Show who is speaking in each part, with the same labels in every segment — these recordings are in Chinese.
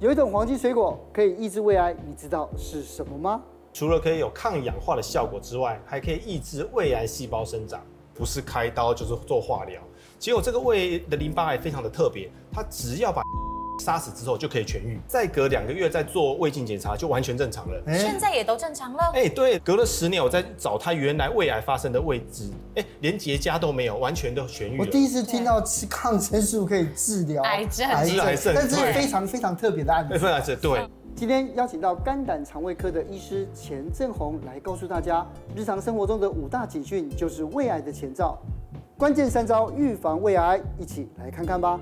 Speaker 1: 有一种黄金水果可以抑制胃癌，你知道是什么吗？
Speaker 2: 除了可以有抗氧化的效果之外，还可以抑制胃癌细胞生长，不是开刀就是做化疗。结果这个胃的淋巴癌非常的特别，它只要把 杀死之后就可以痊愈，再隔两个月再做胃镜检查就完全正常了。
Speaker 1: 哎
Speaker 3: 现，在也都正常了。
Speaker 2: 哎、对，隔了十年我再找他原来胃癌发生的位置，哎、连结痂都没有，完全都痊愈
Speaker 1: 我
Speaker 2: 了。
Speaker 1: 第一次听到吃抗生素可以治疗
Speaker 3: 癌症
Speaker 2: 治癌症
Speaker 1: 但这是
Speaker 2: 对
Speaker 1: 非常非常特别的案
Speaker 2: 哎，
Speaker 1: 例。
Speaker 2: 不是，对，
Speaker 1: 今天邀请到肝胆肠胃科的医师钱正红来告诉大家，日常生活中的五大警讯就是胃癌的前兆，关键三招预防胃癌，一起来看看吧。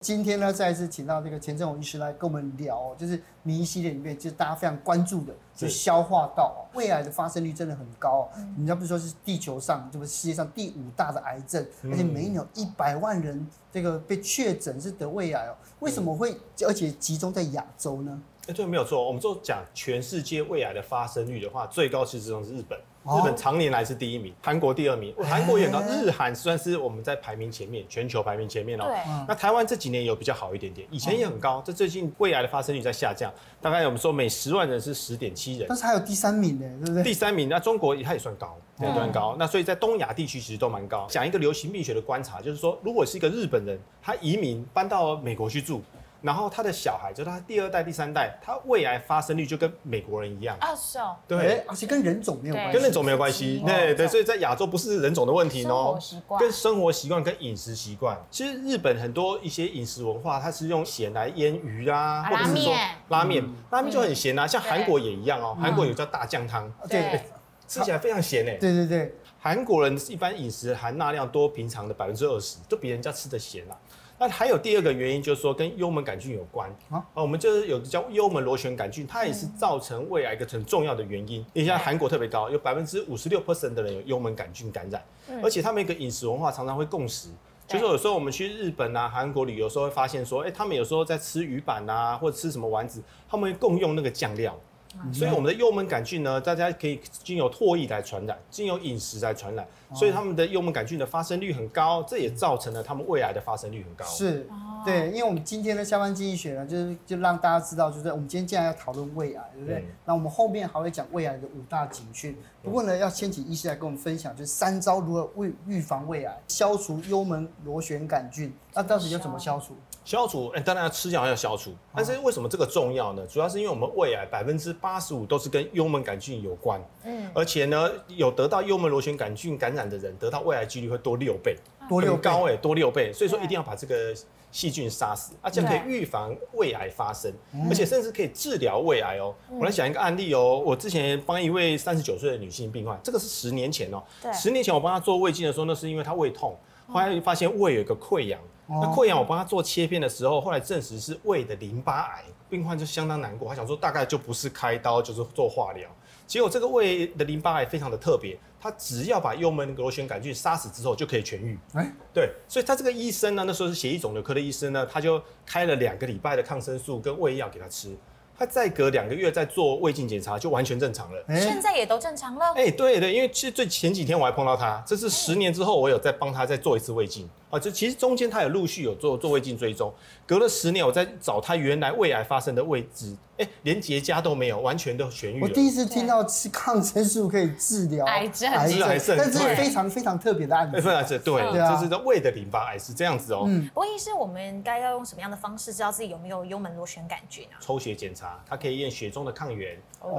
Speaker 1: 今天呢，再一次请到这个钱正红医师来跟我们聊、哦，就是名医系列里面，就是大家非常关注的，就是是消化道、哦、胃癌的发生率真的很高、哦。
Speaker 2: 嗯
Speaker 1: 人家不是说是地球上，这个世界上第五大的癌症，
Speaker 2: 嗯
Speaker 1: 而且每一年有一百万人这个被确诊是得胃癌哦。为什么会而且集中在亚洲呢？
Speaker 2: 哎、对，没有错。我们就讲全世界胃癌的发生率的话，最高其实上是日本，
Speaker 1: 哦
Speaker 2: 日本常年来是第一名，韩国第二名，韩国也很高，
Speaker 1: 哎
Speaker 2: 日韩算是我们在排名前面，全球排名前面哦、
Speaker 3: 对，
Speaker 1: 嗯
Speaker 2: 那台湾这几年有比较好一点点，以前也很高，这最近胃癌的发生率在下降，大概我们说每十万人是十点七人
Speaker 1: 但，是还有第三名呢，
Speaker 3: 哎
Speaker 1: 对不对？
Speaker 2: 第三名，那中国它也算高，
Speaker 3: 嗯
Speaker 2: 也算高。那所以在东亚地区其实都蛮高。讲一个流行病学的观察，就是说，如果是一个日本人，他移民搬到美国去住，然后他的小孩，就是他第二代、第三代，他胃癌发生率就跟美国人一样。
Speaker 3: 二十哦，
Speaker 2: 对
Speaker 1: 哎，，而且跟人种没有关系，
Speaker 3: 对
Speaker 2: 跟那种没有关系。
Speaker 3: 哦
Speaker 2: 对
Speaker 3: 这
Speaker 2: 对，
Speaker 3: 样
Speaker 2: 所以在亚洲不是人种的问题
Speaker 3: 生
Speaker 2: 哦
Speaker 3: 活习，惯
Speaker 2: 跟生活习惯、跟饮食习惯。其实日本很多一些饮食文化，它是用咸来腌鱼啊，
Speaker 3: 啊
Speaker 2: 或者是说
Speaker 3: 拉面嗯
Speaker 2: 拉面，拉面就很咸啊。像韩国也一样哦，
Speaker 3: 对
Speaker 2: 韩国有叫大酱汤，
Speaker 1: 哦对
Speaker 2: 吃起来非常咸欸诶。
Speaker 1: 对对对，
Speaker 2: 韩国人一般饮食含钠量多平常的百分之二十，就比人家吃的咸啦。那还有第二个原因就是说跟幽门杆菌有关
Speaker 1: 啊
Speaker 2: 啊，我们就是有个叫幽门螺旋杆菌，它也是造成胃癌一个很重要的原因。你像韩国特别高，有百分之五十六 percent 的人有幽门杆菌感染，
Speaker 3: 嗯
Speaker 2: 而且他们一个饮食文化常常会共食。就
Speaker 3: 对
Speaker 2: 是有时候我们去日本啊、韩国旅游的时候会发现说，哎、他们有时候在吃鱼板啊，或者吃什么丸子，他们会共用那个酱料。
Speaker 1: 嗯
Speaker 2: 所以我们的幽门杆菌呢，大家可以经由唾液来传染，经由饮食来传染，所以他们的幽门杆菌的发生率很高，这也造成了他们胃癌的发生率很高。，
Speaker 1: 是，对，因为我们今天的下班经济学呢，就是就让大家知道，就是我们今天既然要讨论胃癌，对不对
Speaker 2: 嗯？
Speaker 1: 那我们后面还会讲胃癌的五大警讯。不过呢，要先请医师来跟我们分享，就是三招如何为预防胃癌，消除幽门螺旋杆菌。那到底要怎么消除？
Speaker 2: 消除，哎、当然要吃药要消除，但是为什么这个重要呢？主要是因为我们胃癌百分之八十五都是跟幽门杆菌有关，
Speaker 3: 嗯，
Speaker 2: 而且呢，有得到幽门螺旋杆菌感染的人，得到胃癌几率会多六倍。
Speaker 1: 多六
Speaker 2: 很高
Speaker 1: 倍
Speaker 2: 哎、多六倍，所以说一定要把这个细菌杀死，啊，这样可以
Speaker 3: 对
Speaker 2: 预防胃癌发生，
Speaker 1: 嗯
Speaker 2: 而且甚至可以治疗胃癌哦。我来讲一个案例哦，我之前帮一位三十九岁的女性病患，这个是十年前哦，
Speaker 3: 对
Speaker 2: 十年前我帮她做胃镜的时候，那是因为她胃痛，后来发现胃有一个溃疡，
Speaker 1: 哦
Speaker 2: 那溃疡我帮她做切片的时候，后来证实是胃的淋巴癌，病患就相当难过，她想说大概就不是开刀就是做化疗。结果这个胃的淋巴癌非常的特别，它只要把幽门螺旋杆菌杀死之后就可以痊愈。
Speaker 1: 哎，
Speaker 2: 对，所以他这个医生呢，那时候是血液肿瘤科的医生呢，他就开了两个礼拜的抗生素跟胃药给他吃，他再隔两个月再做胃镜检查就完全正常了。
Speaker 1: 哎
Speaker 3: 现，在也都正常了。
Speaker 2: 哎、对对，因为其实最前几天我还碰到他，这是十年之后我有再帮他再做一次胃镜啊，就其实中间他有陆续有做做胃镜追踪，隔了十年我再找他原来胃癌发生的位置，哎、连结痂都没有，完全都痊愈
Speaker 1: 我
Speaker 2: 了。
Speaker 1: 哦第一次听到吃抗生素可以治疗
Speaker 3: 癌症
Speaker 2: 治疗癌症
Speaker 1: 但这是
Speaker 2: 对
Speaker 1: 非常非常特别的案
Speaker 2: 哎，不
Speaker 1: 例。
Speaker 2: 然是对，
Speaker 1: 对啊
Speaker 2: 这是在胃的淋巴癌是这样子哦、
Speaker 1: 嗯，
Speaker 3: 不过医师，我们该要用什么样的方式知道自己有没有幽门螺旋杆菌啊？
Speaker 2: 抽血检查，它可以验血中的抗原，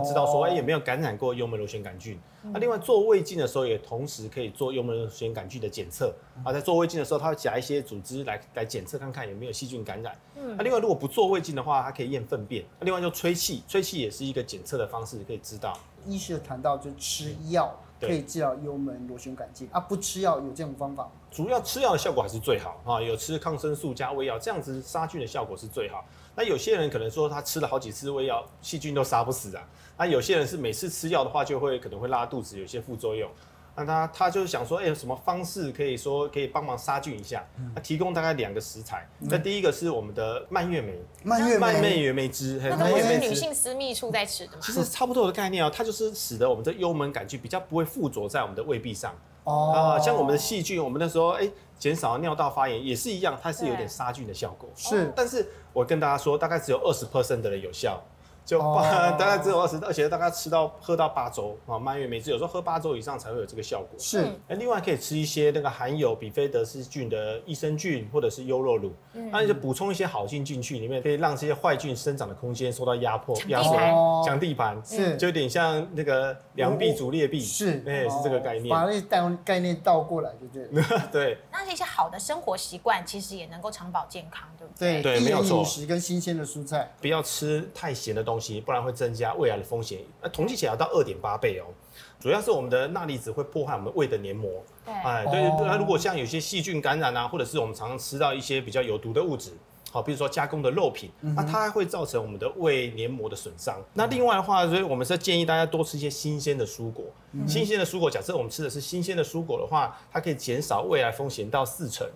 Speaker 2: 知道说哎有没有感染过幽门螺旋杆菌。那、另外做胃镜的时候，也同时可以做幽门螺旋杆菌的检测。啊，在做胃镜的时候，它会夹一些组织来来检测看看有没有细菌感染。那、另外如果不做胃镜的话，它可以验粪便。啊另外就吹气，吹气也是一个检测的方式，可以知道。
Speaker 1: 医师有谈到就是吃药可
Speaker 2: 对
Speaker 1: 以治疗幽门螺旋杆菌啊，不吃药有这种方法吗？
Speaker 2: 主要吃药的效果还是最好啊，有吃抗生素加胃药，这样子杀菌的效果是最好。那有些人可能说他吃了好几次胃药，细菌都杀不死啊。那有些人是每次吃药的话，就会可能会拉肚子，有一些副作用。那他他就想说，哎、有什么方式可以说可以帮忙杀菌一下？
Speaker 3: 嗯
Speaker 2: 他提供大概两个食材。那第一个是我们的蔓越莓，
Speaker 1: 蔓越莓
Speaker 2: 蔓越莓汁，嘿
Speaker 3: 那
Speaker 2: 蔓
Speaker 3: 个
Speaker 2: 越
Speaker 3: 不是
Speaker 2: 莓
Speaker 3: 女
Speaker 2: 汁
Speaker 3: 性私密处在吃的吗？
Speaker 2: 啊其实差不多的概念哦，它就是使得我们这幽门杆菌比较不会附着在我们的胃壁上。啊、像我们的细菌，我们那时候哎减、少尿道发炎也是一样，它是有点
Speaker 3: 对
Speaker 2: 杀菌的效果。
Speaker 3: 嗯
Speaker 1: 是
Speaker 2: 但是我跟大家说，大概只有二十 percent 的人有效，就
Speaker 1: 哦
Speaker 2: 八、大概只有二十，而且大概吃到喝到八周啊，蔓越莓汁有时候喝八周以上才会有这个效果。
Speaker 1: 是
Speaker 3: 嗯
Speaker 2: 哎，另外可以吃一些那个含有比菲德氏菌的益生菌或者是优酪乳，那、就补充一些好菌进去，里面可以让这些坏菌生长的空间受到压迫、
Speaker 3: 抢地
Speaker 2: 压
Speaker 3: 盘
Speaker 2: 缩、
Speaker 1: 哦
Speaker 2: 抢地盘，
Speaker 1: 是
Speaker 3: 嗯
Speaker 2: 就有点像那个良币逐劣币，
Speaker 1: 是，
Speaker 2: 哎、是这个概
Speaker 1: 哦把
Speaker 2: 念，
Speaker 1: 那概概念倒过来就对了。
Speaker 2: 对。
Speaker 3: 那这些好的生活习惯其实也能够长保健康，对不
Speaker 1: 对
Speaker 3: 对？
Speaker 2: 对
Speaker 1: 低
Speaker 2: 没有
Speaker 1: 盐
Speaker 2: 错
Speaker 1: 饮食跟新鲜的蔬菜，
Speaker 2: 不要吃太咸的东西，不然会增加胃癌的风险。那统计起来要到二点八倍哦。主要是我们的钠离子会破坏我们胃的黏膜，
Speaker 3: 对
Speaker 2: 哎，
Speaker 1: 哦
Speaker 2: 对，那、如果像有些细菌感染啊，或者是我们常常吃到一些比较有毒的物质，好，比如说加工的肉品，那它还会造成我们的胃黏膜的损伤。那另外的话，所以我们是建议大家多吃一些新鲜的蔬果。新鲜的蔬果，假设我们吃的是新鲜的蔬果的话，它可以减少胃癌风险到四成。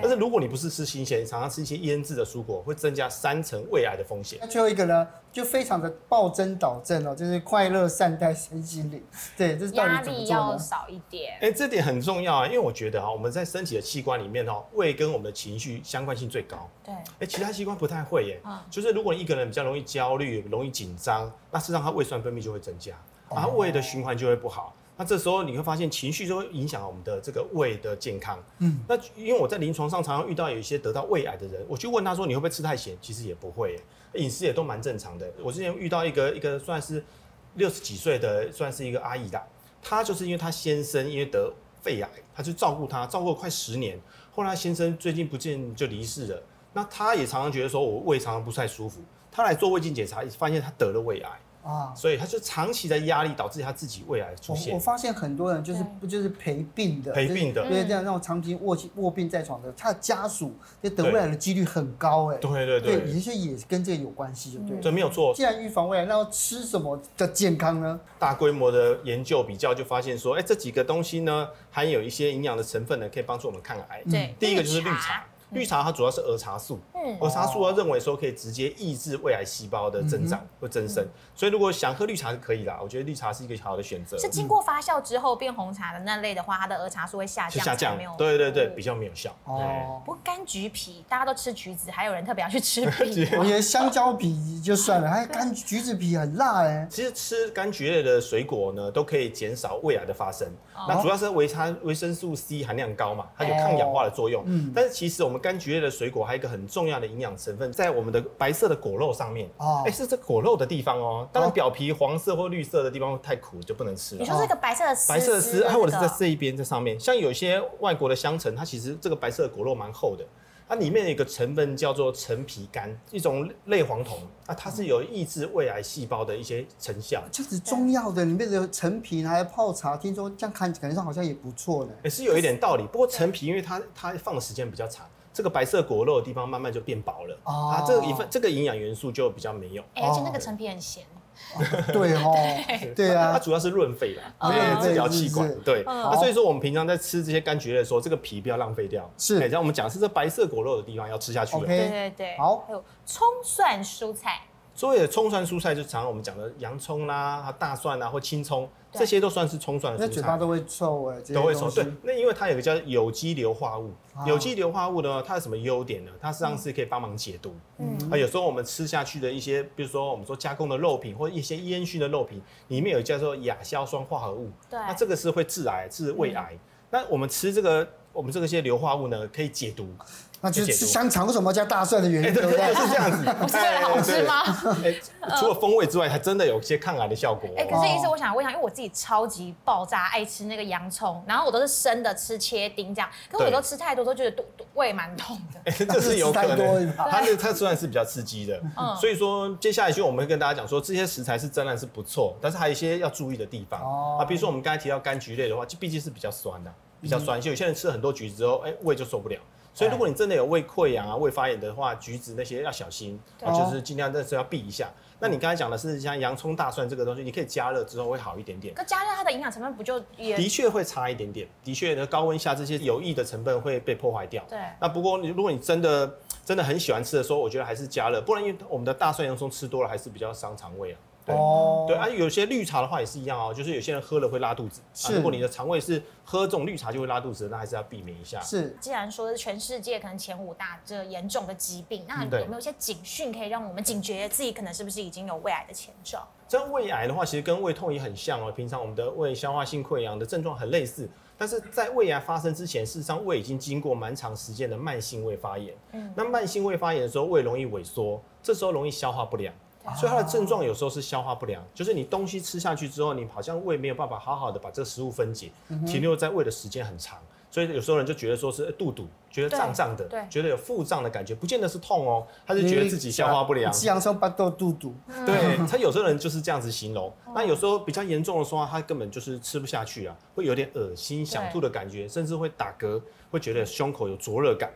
Speaker 2: 但是如果你不是吃新鲜，常常吃一些腌制的蔬果，会增加三成胃癌的风险。
Speaker 1: 那最后一个呢，就非常的暴增导正哦，就是快乐善待身心灵。对，这是到
Speaker 3: 压
Speaker 1: 底怎么
Speaker 3: 力
Speaker 1: 做
Speaker 3: 要
Speaker 1: 呢？
Speaker 3: 少一点。
Speaker 2: 哎、这点很重要啊，因为我觉得啊，我们在身体的器官里面哦，胃跟我们的情绪相关性最高。
Speaker 3: 对，
Speaker 2: 哎、其他器官不太会耶。
Speaker 3: 嗯
Speaker 2: 就是如果你一个人比较容易焦虑、容易紧张，那事实上他胃酸分泌就会增加，然后胃的循环就会不好。那这时候你会发现情绪就会影响我们的这个胃的健康。嗯，那因为我在临床上常常遇到有一些得到胃癌的人，我去问他说你会不会吃太咸？其实也不会耶，饮食也都蛮正常的。我之前遇到一个一个算是六十几岁的，算是一个阿姨啦，她就是因为她先生因为得肺癌，她就照顾她，照顾了快十年。后来她先生最近不见就离世了，那她也常常觉得说我胃常常不太舒服，她来做胃镜检查，发现她得了胃癌，
Speaker 1: 啊，
Speaker 2: 所以她就长期的压力导致她自己胃癌出
Speaker 1: 我哦我
Speaker 2: 现
Speaker 1: 发现很多人就是
Speaker 3: 对嗯
Speaker 1: 不就是陪病的，
Speaker 2: 陪病的
Speaker 1: 就是嗯就是这样那种长期卧卧病在床的，他的家属就得胃癌的几率很高哎。
Speaker 2: 对对对
Speaker 1: 有些也跟这个有关系，对不
Speaker 2: 这
Speaker 3: 嗯
Speaker 1: 对？
Speaker 2: 没有错，
Speaker 1: 既然预防胃癌，那要吃什么的健康呢？
Speaker 2: 大规模的研究比较就发现说，哎、这几个东西呢，含有一些营养的成分呢，可以帮助我们抗癌。
Speaker 3: 对
Speaker 2: 嗯第一个就是绿
Speaker 3: 绿
Speaker 2: 茶哦
Speaker 3: 茶，
Speaker 2: 绿茶它主要是儿茶素，
Speaker 3: 嗯
Speaker 2: 儿茶素它认为说可以直接抑制胃癌细胞的增
Speaker 3: 嗯
Speaker 2: 长或增生，所以如果想喝绿茶是可以啊啦，我觉得绿茶是一个好的嗯选择。
Speaker 3: 是经过发酵之后变红茶的那类的话，它的儿茶素会下
Speaker 2: 是
Speaker 3: 降，
Speaker 2: 下
Speaker 3: 才
Speaker 2: 降
Speaker 3: 没有，嗯
Speaker 2: 对对对，比较没有效。哦，
Speaker 1: 哦，
Speaker 3: 不过柑橘皮，大家都吃橘子，还有人特别要 去吃皮。
Speaker 1: 我觉得香蕉皮就算了，还柑橘子皮很辣哎。
Speaker 2: 其实吃柑橘类的水果呢，都可以减少胃癌的发生。那主要是维他维生素 C 含量高嘛，它有抗氧化的作用。但是其实我们柑橘类的水果还有一个很重要的营养成分，在我们的白色的果肉上面。
Speaker 1: 哦
Speaker 2: 哦，哎，是这果肉的地方哦。当然表皮黄色或绿色的地方太苦就不能吃
Speaker 3: 你
Speaker 2: 了。
Speaker 3: 说这个白色的丝，
Speaker 2: 白色的丝，还
Speaker 3: 还
Speaker 2: 有我的是在这一边，在上面。像有些外国的香橙，它其实这个白色的果肉蛮厚的，它里面有一个成分叫做陈皮苷，一种类黄酮啊，它是有抑制胃癌细胞的一些成效。
Speaker 1: 就是中药的里面的陈皮拿来泡茶，听说这样看感觉上好像也不错呢。
Speaker 2: 也是有一点道理。不过陈皮因为它它放的时间比较长，这个白色果肉的地方慢慢就变薄了，
Speaker 1: 哦
Speaker 2: 啊，这个一份这个营养元素就比较没有。
Speaker 3: 哎，而且那个陈皮很咸，
Speaker 1: 对哦，对
Speaker 2: 它
Speaker 1: 啊，
Speaker 2: 主要是润肺啦，
Speaker 1: 哦
Speaker 2: 对，治疗
Speaker 1: 对
Speaker 2: 气管
Speaker 1: 是是。哦
Speaker 2: 对，
Speaker 1: 好
Speaker 2: 那所以说我们平常在吃这些柑橘类的时候，这个皮不要浪费掉。
Speaker 1: 是
Speaker 2: 哎像我们讲是这白色果肉的地方要吃下去了。
Speaker 1: OK
Speaker 3: 对对对。
Speaker 1: 好
Speaker 3: 还有葱蒜蔬菜，
Speaker 2: 所以葱蒜蔬菜就常常我们讲的洋葱啦、啊大蒜啊或青葱，
Speaker 3: 对
Speaker 2: 这些都算是葱蒜
Speaker 1: 那
Speaker 2: 的蔬
Speaker 1: 嘴巴
Speaker 2: 菜。
Speaker 1: 都会臭哎，这些
Speaker 2: 都会熟，
Speaker 1: 东西
Speaker 2: 对，那因为它有个叫有机硫化物
Speaker 1: 啊，
Speaker 2: 有机硫化物呢，它有什么优点呢？它实际上是可以帮忙解毒，
Speaker 3: 嗯，
Speaker 2: 啊，有时候我们吃下去的一些，比如说我们说加工的肉品或一些烟熏的肉品，里面有叫做亚硝酸化合物，
Speaker 3: 对嗯
Speaker 2: 那这个是会致癌、致胃癌。那我们吃这个，我们这个些硫化物呢，可以解 毒，哎
Speaker 1: 那就是吃香肠为什么要加大蒜的原因，对不对？
Speaker 2: 就是这样子。不
Speaker 3: 不是为了好吃吗？
Speaker 2: 哎，除了风味之外，还真的有一些抗癌的效果哦。
Speaker 3: 哎、可是医生，我想问一下，因为我自己超级爆炸爱吃那个洋葱，然后我都是生的吃切丁这样，可我有时候吃太多都觉得肚肚胃蛮痛的。
Speaker 2: 这是有可
Speaker 1: 吃太多
Speaker 2: 能
Speaker 1: 了吧，
Speaker 2: 它是它虽然是比较刺激的，
Speaker 3: 嗯
Speaker 2: 所以说接下来就我们会跟大家讲说，这些食材是真然是不错，但是还有一些要注意的地方、
Speaker 1: 哦
Speaker 2: 啊，比如说我们刚才提到柑橘类的话，就毕竟是比较酸的、比较
Speaker 1: 嗯
Speaker 2: 酸，就有些人吃了很多橘子之后，哎、胃就受不了。所以，如果
Speaker 1: 哎
Speaker 2: 你真的有胃溃疡啊、胃发炎的话，橘子那些要小心，啊、就是尽量但是要避一下。那你刚才讲的是像洋葱、大蒜这个东西，你可以加热之后会好一点点。
Speaker 3: 可加热它的营养成分不就也
Speaker 2: 的确会差一点点，的确呢，高温下这些有益的成分会被破坏掉。
Speaker 3: 对
Speaker 2: 那不过你如果你真的真的很喜欢吃的时候，我觉得还是加了，不然因为我们的大蒜洋葱吃多了还是比较伤肠胃啊。对
Speaker 1: 哦
Speaker 2: 对啊，有些绿茶的话也是一样哦，就是有些人喝了会拉肚子。啊、
Speaker 1: 是
Speaker 2: 如果你的肠胃是喝这种绿茶就会拉肚子的，那还是要避免一下。
Speaker 1: 是
Speaker 3: 既然说是全世界可能前五大这严重的疾病，那
Speaker 2: 嗯对
Speaker 3: 有没有一些警讯可以让我们警觉自己可能是不是已经有胃癌的前兆？
Speaker 2: 这胃癌的话，其实跟胃痛也很像哦。平常我们的胃消化性溃疡的症状很类似，但是在胃癌发生之前，事实上胃已经经过蛮长时间的慢性胃发炎。
Speaker 3: 嗯
Speaker 2: 那慢性胃发炎的时候，胃容易萎缩，这时候容易消化不良。所以它的症状有时候是消化不良，就是你东西吃下去之后，你好像胃没有办法好好的把这个食物分解，
Speaker 3: 嗯
Speaker 2: 停留在胃的时间很长，所以有时候人就觉得说是呃肚肚，觉得
Speaker 3: 对
Speaker 2: 胀胀的
Speaker 3: 对，
Speaker 2: 觉得有腹胀的感觉，不见得是痛哦，他是觉得自己消化不良
Speaker 1: 你，吃洋葱巴豆肚肚，
Speaker 3: 嗯
Speaker 2: 对他有时候人就是这样子形容。那有时候比较严重的说，他根本就是吃不下去啊，会有点恶心、想吐的感觉，甚至会打嗝，会觉得胸口有灼热感。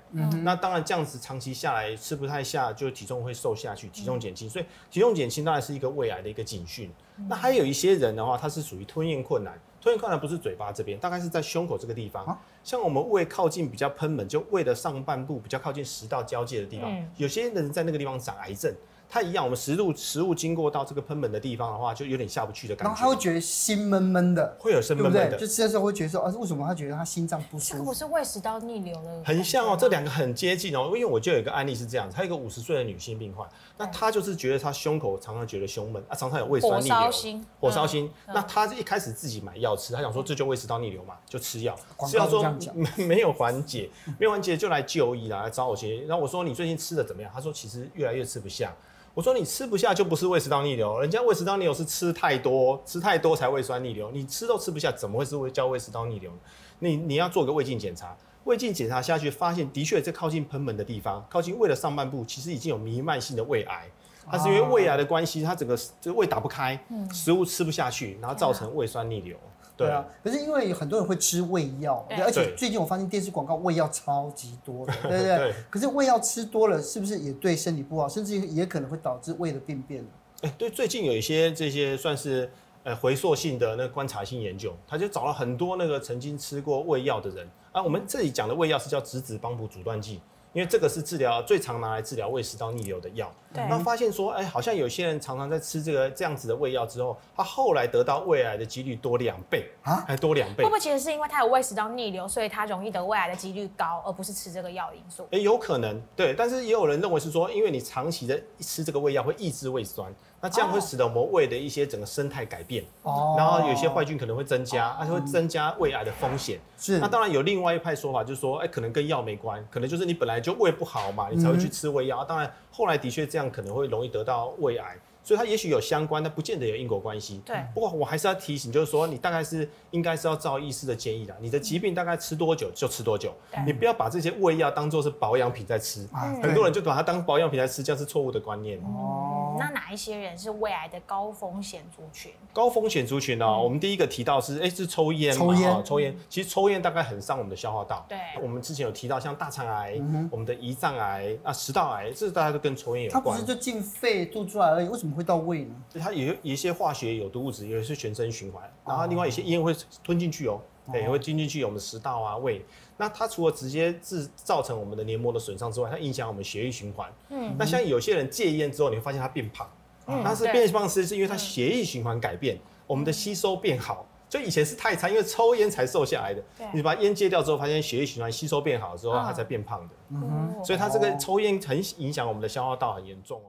Speaker 2: 那当然这样子长期下来吃不太下，就体重会瘦下去，体重减轻。所以体重减轻当然是一个胃癌的一个警讯。那还有一些人的话，他是属于吞咽困难。吞咽困难不是嘴巴这边，大概是在胸口这个地方
Speaker 1: 啊。
Speaker 2: 像我们胃靠近比较喷门，就胃的上半部比较靠近食道交界的地方
Speaker 3: 嗯，
Speaker 2: 有些人在那个地方长癌症。它一样，我们食物食物经过到这个喷门的地方的话，就有点下不去的感
Speaker 1: 然
Speaker 2: 觉，
Speaker 1: 后他会觉得心闷闷的，
Speaker 2: 会有生闷闷
Speaker 1: 对不对？就
Speaker 2: 的，
Speaker 1: 吃的时候会觉得说，啊，为什么他觉得他心脏不
Speaker 3: 这个
Speaker 1: 舒
Speaker 3: 不
Speaker 1: 服？
Speaker 3: 是胃食道逆流的感觉吗，
Speaker 2: 很像哦。这两个很接近哦，因为我就有一个案例是这样子，她有一个五十岁的女性病患，那她就是觉得她胸口常常觉得胸闷啊，常常有胃酸逆流，
Speaker 3: 火烧心
Speaker 2: 火烧心。
Speaker 3: 嗯
Speaker 2: 那她一开始自己买药吃，她想说这就胃食道逆流嘛，就吃药，
Speaker 1: 广
Speaker 2: 吃
Speaker 1: 告
Speaker 2: 药
Speaker 1: 都
Speaker 2: 说
Speaker 1: 这样讲
Speaker 2: 没 没有缓解，没有缓解就来就医啦，来找我去。然后我说你最近吃的怎么样？她说其实越来越吃不下。我说你吃不下就不是胃食道逆流，人家胃食道逆流是吃太多，吃太多才胃酸逆流，你吃都吃不下，怎么会是胃叫胃食道逆流呢？你你要做个胃镜检查，胃镜检查下去发现的确在靠近贲门的地方，靠近胃的上半部，其实已经有弥漫性的胃癌。它是因为胃癌的关系，它整个这胃打不开，食物吃不下去，然后造成胃酸逆流。对
Speaker 1: 啊，可是因为很多人会吃胃药，
Speaker 3: 对
Speaker 1: 而且
Speaker 2: 对
Speaker 1: 最近我发现电视广告胃药超级多的，对 不对
Speaker 2: 对？
Speaker 1: 可是胃药吃多了，是不是也对身体不好，甚至也可能会导致胃的病变？
Speaker 2: 哎、对，最近有一些这些算是呃回溯性的那个观察性研究，他就找了很多那个曾经吃过胃药的人啊。我们这里讲的胃药是叫质子帮补阻断剂，因为这个是治疗最常拿来治疗胃食道逆流的药。
Speaker 3: 对
Speaker 2: 那发现说，哎、好像有些人常常在吃这个这样子的胃药之后，他后来得到胃癌的几率多两倍
Speaker 1: 啊
Speaker 2: 还多两倍
Speaker 3: 会不。会其实是因为他有胃食道逆流，所以他容易得胃癌的几率高，而不是吃这个药的因素？
Speaker 2: 哎、有可能对，但是也有人认为是说，因为你长期的吃这个胃药会抑制胃酸，那这样会
Speaker 3: 哦
Speaker 2: 使得我们胃的一些整个生态改变。
Speaker 3: 嗯
Speaker 1: 哦嗯
Speaker 2: 然后有些坏菌可能会增加，啊它、会增加胃癌的风险。
Speaker 1: 是
Speaker 2: 那当然有另外一派说法，就是说，哎、可能跟药没关，可能就是你本来就胃不好嘛，你才
Speaker 1: 嗯
Speaker 2: 会去吃胃药。啊当然，后来的确这样可能会容易得到胃癌，所以它也许有相关，但不见得有因果关系。
Speaker 3: 对
Speaker 2: 不过我还是要提醒，就是说，你大概是应该是要照医师的建议的，你的疾病大概吃多久就吃多久，你不要把这些胃药当做是保养品在吃。
Speaker 1: 啊
Speaker 3: 嗯
Speaker 2: 很多人就把它当保养品来吃，这样是错误的观念。
Speaker 1: 哦
Speaker 3: 嗯，那哪一些人是胃癌的高风险族群？
Speaker 2: 高风险族群呢、哦我们第一个提到是，哎、是抽烟
Speaker 1: 嗯
Speaker 2: 嘛，
Speaker 1: 抽烟
Speaker 2: 哈抽烟。其实抽烟大概很伤我们的消化道。
Speaker 3: 对
Speaker 2: 我们之前有提到像大肠癌、
Speaker 1: 嗯
Speaker 2: 我们的胰脏癌啊、食道癌，这大家都跟抽烟有
Speaker 1: 它不
Speaker 2: 关
Speaker 1: 是。就进肺吐出来而已，为什么会到胃呢？
Speaker 2: 它也有有一些化学有毒物质，有一些全身循环，
Speaker 1: 哦
Speaker 2: 然后另外有些烟会吞进去哦，对，也会吞进去我们的食道啊、胃。那它除了直接制造成我们的黏膜的损伤之外，它影响我们血液循环。
Speaker 3: 嗯
Speaker 2: 那像有些人戒烟之后，你会发现他变胖，
Speaker 3: 嗯
Speaker 2: 那是
Speaker 3: 对嗯
Speaker 2: 变胖是是因为他血液循环改变，我们的吸收变好。就以前是太差，因为抽烟才瘦下来的
Speaker 3: 对。
Speaker 2: 你把烟戒掉之后，发现血液循环吸收变好之后，
Speaker 3: 嗯
Speaker 2: 他才变胖的。
Speaker 3: 嗯，
Speaker 2: 所以它这个
Speaker 1: 哦
Speaker 2: 抽烟很影响我们的消化道，很严重哦。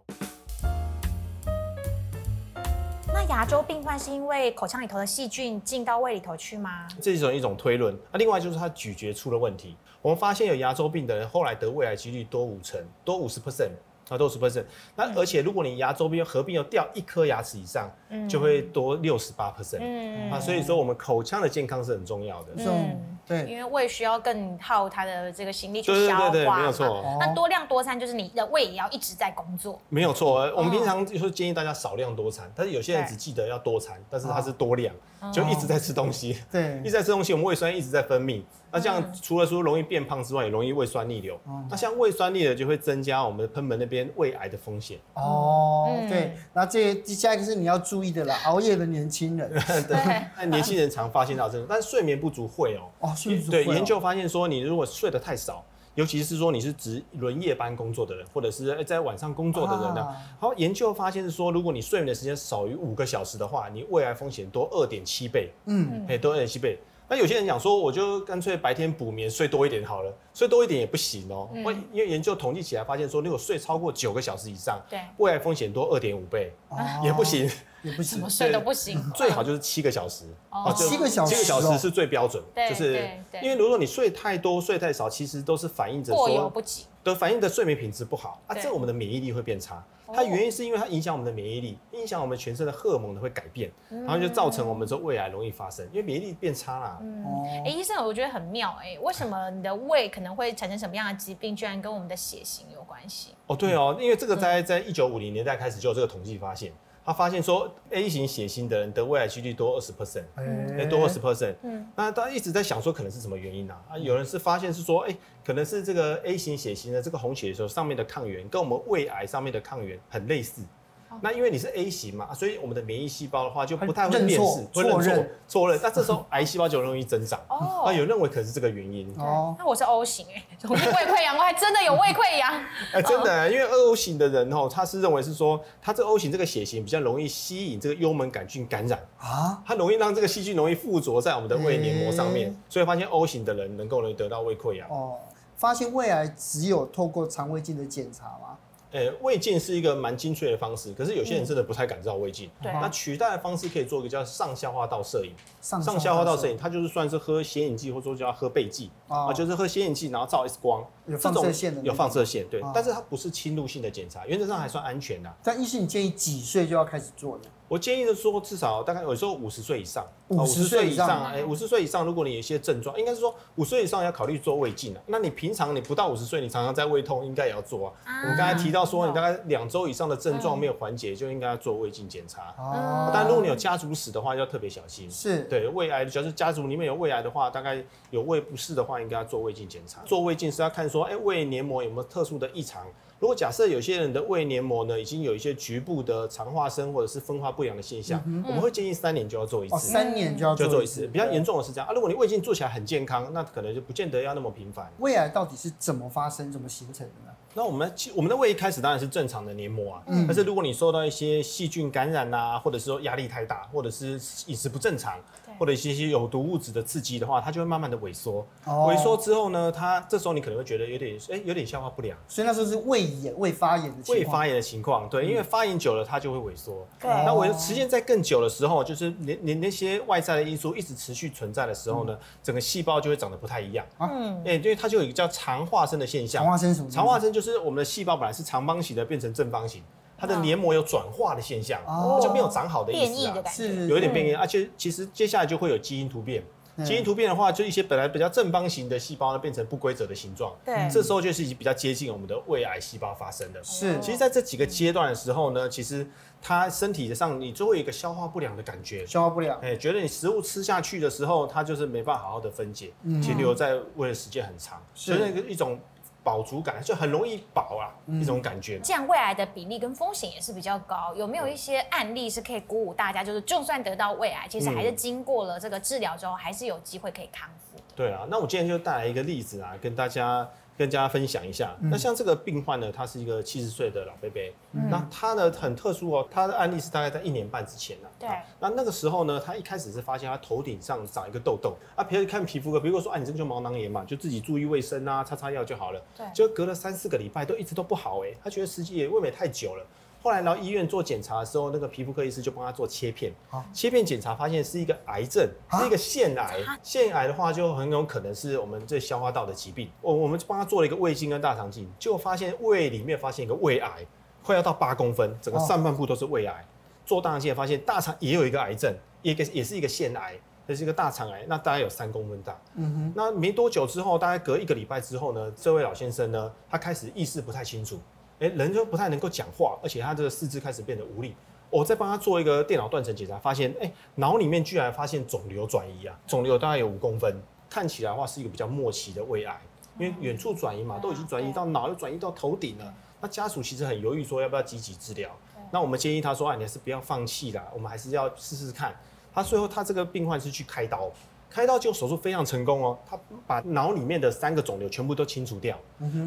Speaker 3: 那牙周病患是因为口腔里头的细菌进到胃里头去吗？
Speaker 2: 这种一种推论。那、另外就是他咀嚼出了问题。我们发现有牙周病的人后来得胃癌几率多五成，多五十 percent。啊，多十 percent，那
Speaker 3: 嗯
Speaker 2: 而且如果你牙周病合并有掉一颗牙齿以上，就会多六十八 percent
Speaker 3: 嗯
Speaker 2: 啊，所以说我们口腔的健康是很重要的。
Speaker 1: 这种对
Speaker 3: 因为胃需要更耗它的这个心力去
Speaker 2: 对对
Speaker 3: 消化
Speaker 2: 对
Speaker 3: 嘛，
Speaker 2: 对没有错
Speaker 1: 哦
Speaker 3: 那多量多餐就是你的胃也要一直在工作，
Speaker 2: 没有错，呃我们平常就说建议大家少量多餐，但是有些人只记得要多餐，但是他是多量，就一直在吃东西，
Speaker 1: 对
Speaker 2: 一直在吃东西，我们胃酸一直在分泌。那这样除了说容易变胖之外，也容易胃酸逆流。那像胃酸逆流就会增加我们的贲门那边胃癌的风险。
Speaker 1: 哦
Speaker 3: 嗯
Speaker 1: 对，那这下一个是你要注意的啦，熬夜的年轻人
Speaker 3: 对，
Speaker 2: 那年轻人常发现到这个，但是睡眠不足会哦、
Speaker 1: 哦，是不是
Speaker 2: 对，
Speaker 1: 会哦
Speaker 2: 研究发现说，你如果睡得太少，尤其是说你是值轮夜班工作的人，或者是哎在晚上工作的人呢、
Speaker 1: 啊
Speaker 2: 好，研究发现是说，如果你睡眠的时间少于五个小时的话，你胃癌风险多二点七倍，
Speaker 1: 嗯，
Speaker 2: 哎、多二点七倍。那有些人讲说，我就干脆白天补眠，睡多一点好了，睡多一点也不行哦、
Speaker 3: 嗯
Speaker 2: 会因为研究统计起来发现说，如果睡超过九个小时以上，
Speaker 3: 对，
Speaker 2: 胃癌风险多二点五倍，
Speaker 1: 哦
Speaker 2: 也不，行。
Speaker 1: 也不
Speaker 3: 怎
Speaker 1: 行
Speaker 3: 么。睡都不行，
Speaker 2: 最好就是七个小时，
Speaker 3: 哦
Speaker 2: 就
Speaker 1: 七个小时
Speaker 2: 七个小
Speaker 1: 哦
Speaker 2: 时是最标准，
Speaker 3: 对
Speaker 2: 就是
Speaker 3: 对对
Speaker 2: 因为如果你睡太多、睡太少，其实都是反映着
Speaker 3: 过犹
Speaker 2: 说，
Speaker 3: 不及。
Speaker 2: 都反映着睡眠品质不好啊，
Speaker 3: 对
Speaker 2: 这我们的免疫力会变差。
Speaker 3: 哦
Speaker 2: 它原因是因为它影响我们的免疫力，影响我们全身的荷尔蒙的会改变，
Speaker 3: 嗯
Speaker 2: 然后就造成我们说胃癌容易发生，因为免疫力变差啦。
Speaker 1: 哦
Speaker 3: 哎、医生，我觉得很妙哎、为什么你的胃可能会产生什么样的疾病，居然跟我们的血型有关系？
Speaker 2: 哦，对哦，因为这个在
Speaker 3: 嗯
Speaker 2: 在一九五零年代开始就有这个统计发现，他发现说 A 型血型的人得胃癌几率多二十 percent。
Speaker 1: 哎
Speaker 2: 哎，多二十 percent。
Speaker 3: 嗯
Speaker 2: 嗯，那大家一直在想说可能是什么原因啊？啊，有人是发现是说，哎、可能是这个 A 型血型的这个红血球上面的抗原跟我们胃癌上面的抗原很类似。
Speaker 1: 哦
Speaker 2: 那因为你是 A 型嘛，啊所以我们的免疫细胞的话就不太会辨识，
Speaker 1: 会认错
Speaker 2: 会认
Speaker 1: 错
Speaker 2: 错
Speaker 1: 认
Speaker 2: 错认。那这时候癌细胞就容易增长。
Speaker 3: 哦
Speaker 2: 那有认为可能是这个原因。
Speaker 1: 哦，
Speaker 3: 那我是 O 型哎、容易胃溃疡，我还真的有胃溃疡。
Speaker 2: 哎、真的、因为二 O 型的人哦，他是认为是说，他这 O 型这个血型比较容易吸引这个幽门杆菌感染。
Speaker 1: 啊，
Speaker 2: 它容易让这个细菌容易附着在我们的胃黏膜上面，
Speaker 1: 嗯
Speaker 2: 所以发现 O 型的人能够容易得到胃溃疡。
Speaker 1: 哦，发现胃癌只有透过肠胃镜的检查吗？
Speaker 2: 呃、胃镜是一个蛮精确的方式，可是有些人真的不太敢照胃镜。
Speaker 3: 对
Speaker 2: 那取代的方式可以做一个叫上消化道摄影。
Speaker 1: 上
Speaker 2: 上消化道摄影，它就是算是喝显影剂，或者说叫喝背剂、
Speaker 1: 哦
Speaker 2: 啊，就是喝显影剂，然后照 X 光，
Speaker 1: 有
Speaker 2: 这
Speaker 1: 放
Speaker 2: 种
Speaker 1: 射线的那种
Speaker 2: 有放射线，对，
Speaker 1: 哦
Speaker 2: 但是它不是侵入性的检查，原则上还算安全的、
Speaker 1: 但医师，你建议几岁就要开始做呢？
Speaker 2: 我建议的说，至少大概有时候五十岁以上，
Speaker 1: 50岁以上
Speaker 2: 哎，五十岁以上，如果你有一些症状，应该是说五十岁以上要考虑做胃镜啊。那你平常你不到五十岁，你常常在胃痛，应该也要做啊。
Speaker 3: 啊
Speaker 2: 我们刚才提到说，你大
Speaker 3: 概
Speaker 2: 概两周以上的症状没有缓解，就应该要做胃镜检查。
Speaker 1: 哦，
Speaker 2: 但如果你有家族史的话，要特别小心。
Speaker 1: 是
Speaker 2: 对胃癌，只要是家族里面有胃癌的话，大概有胃不适的话，应该要做胃镜检查。做胃镜是要看说，哎、胃黏膜有没有特殊的异常。如果假设有些人的胃黏膜呢，已经有一些局部的肠化生或者是分化不良的现象，我们会建议三年就要做一
Speaker 1: 嗯哦，
Speaker 2: 次，
Speaker 1: 三年就要
Speaker 2: 就要
Speaker 1: 做
Speaker 2: 做
Speaker 1: 一
Speaker 2: 一
Speaker 1: 次，
Speaker 2: 次。比较严重的是这样啊，如果你胃镜做起来很健康，那可能就不见得要那么频繁。
Speaker 1: 胃癌到底是怎么发生、怎么形成的呢？
Speaker 2: 那我们其我们的胃一开始当然是正常的黏膜啊，但是如果你受到一些细菌感染啊，或者是说压力太大，或者是饮食不正常
Speaker 3: 对，
Speaker 2: 或者一些一些有毒物质的刺激的话，它就会慢慢的萎缩。
Speaker 1: 哦
Speaker 2: 萎缩之后呢，它这时候你可能会觉得有点哎、有点消化不良，
Speaker 1: 所以那时候是胃炎、胃发炎的情
Speaker 2: 胃
Speaker 1: 况。
Speaker 2: 发炎的情况，对，因为发炎久了它就会萎缩。
Speaker 3: 对
Speaker 2: 那我时间在更久的时候，就是连连那些外在的因素一直持续存在的时候呢，整个细胞就会长得不太一样。
Speaker 3: 嗯
Speaker 2: 哎、因为它就有一个叫肠化生的现象
Speaker 1: 肠。化生什么？
Speaker 2: 肠化生就是我们的细胞本来是长方形的，变成正方形，它的黏膜有转化的现象，
Speaker 1: 哦
Speaker 2: 就没有长好的意
Speaker 3: 嗯变异
Speaker 2: 思
Speaker 3: 的
Speaker 2: 啊，
Speaker 3: 感觉。嗯
Speaker 1: 是
Speaker 2: 有一点变异，而且其实接下来就会有基因突变。
Speaker 1: 嗯
Speaker 2: 基因突变的话，就一些本来比较正方形的细胞呢，变成不规则的形状。
Speaker 3: 对
Speaker 2: 这时候就是已经比较接近我们的胃癌细胞发生的。
Speaker 1: 是
Speaker 2: 其实，在这几个阶段的时候呢，其实它身体上你就会有一个消化不良的感觉，
Speaker 1: 消化不良，
Speaker 2: 哎、觉得你食物吃下去的时候，它就是没办法好好的分解，停留在胃的时间很长，
Speaker 1: 是
Speaker 2: 所以那个一种饱足感，就很容易饱啊、一种感觉。
Speaker 3: 这样胃癌的比例跟风险也是比较高，有没有一些案例是可以鼓舞大家，就是就算得到胃癌，其实还是
Speaker 2: 嗯
Speaker 3: 经过了这个治疗之后，还是有机会可以康复的。
Speaker 2: 对啊，那我今天就带来一个例子啊，跟大家跟大家分享一下。那像这个病患呢，他是一个七十岁的老伯伯，那他呢很特殊哦，他的案例是大概在一年半之前呢、啊。
Speaker 3: 对
Speaker 2: 那那个时候呢，他一开始是发现他头顶上长一个痘痘啊，别人看皮肤科，比如说啊，你这个就毛囊炎嘛，就自己注意卫生啊，擦擦药就好了。
Speaker 3: 对
Speaker 2: 就隔了三四个礼拜都一直都不好哎、他觉得时机也未免太久了。后来到医院做检查的时候，那个皮肤科医师就帮他做切片，
Speaker 1: 啊
Speaker 2: 切片检查发现是一个癌症，是一个腺癌
Speaker 3: 啊。
Speaker 2: 腺癌的话就很有可能是我们这消化道的疾病。我我们帮他做了一个胃镜跟大肠镜，结果发现胃里面发现一个胃癌，快要到八公分，整个
Speaker 1: 哦
Speaker 2: 上半部都是胃癌。做大肠镜发现大肠也有一个癌症，一个也是一个腺癌，这是一个大肠癌，那大概有三公分大。
Speaker 1: 嗯
Speaker 2: 那没多久之后，大概隔一个礼拜之后呢，这位老先生呢，他开始意识不太清楚，哎、人就不太能够讲话，而且他这个四肢开始变得无力。我哦再帮他做一个电脑断层检查，发现，哎、脑里面居然发现肿瘤转移啊，肿瘤大概有五公分，看起来的话是一个比较末期的胃癌，因为远处转移嘛，都已经转移到脑，又转移到头顶了。那家属其实很犹豫，说要不要积极治疗。那我们建议他哎说，啊，你还是不要放弃啦，我们还是要试试看。他最后他这个病患是去开刀，开刀结果手术非常成功哦，他把脑里面的三个肿瘤全部都清除掉，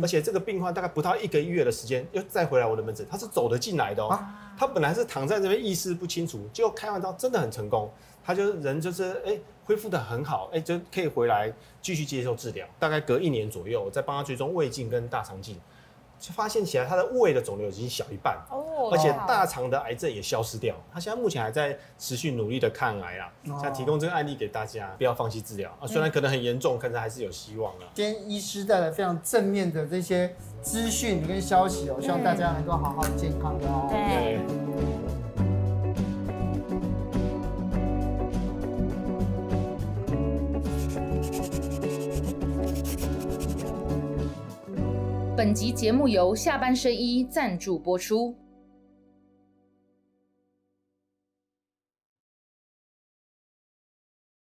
Speaker 2: 而且这个病患大概不到一个月的时间又再回来我的门诊，他是走得进来的哦。他本来是躺在这边意识不清楚，结果开完刀真的很成功，他就是人就是哎、恢复的很好，哎、就可以回来继续接受治疗。大概隔一年左右，我再帮他追踪胃镜跟大肠镜，就发现起来他的胃的肿瘤已经小一半，
Speaker 3: 哦
Speaker 2: 而且大肠的癌症也消失掉。他现在目前还在持续努力的抗癌啦，
Speaker 1: 哦
Speaker 2: 想提供这个案例给大家，不要放弃治疗啊。虽然可能很严重，可是还是有希望啊啦。
Speaker 1: 今天医师带来非常正面的这些资讯跟消息哦，希望大家能够好好健康的哦。
Speaker 3: 对。
Speaker 2: 对。
Speaker 4: 本集节目由下半身衣赞助播出。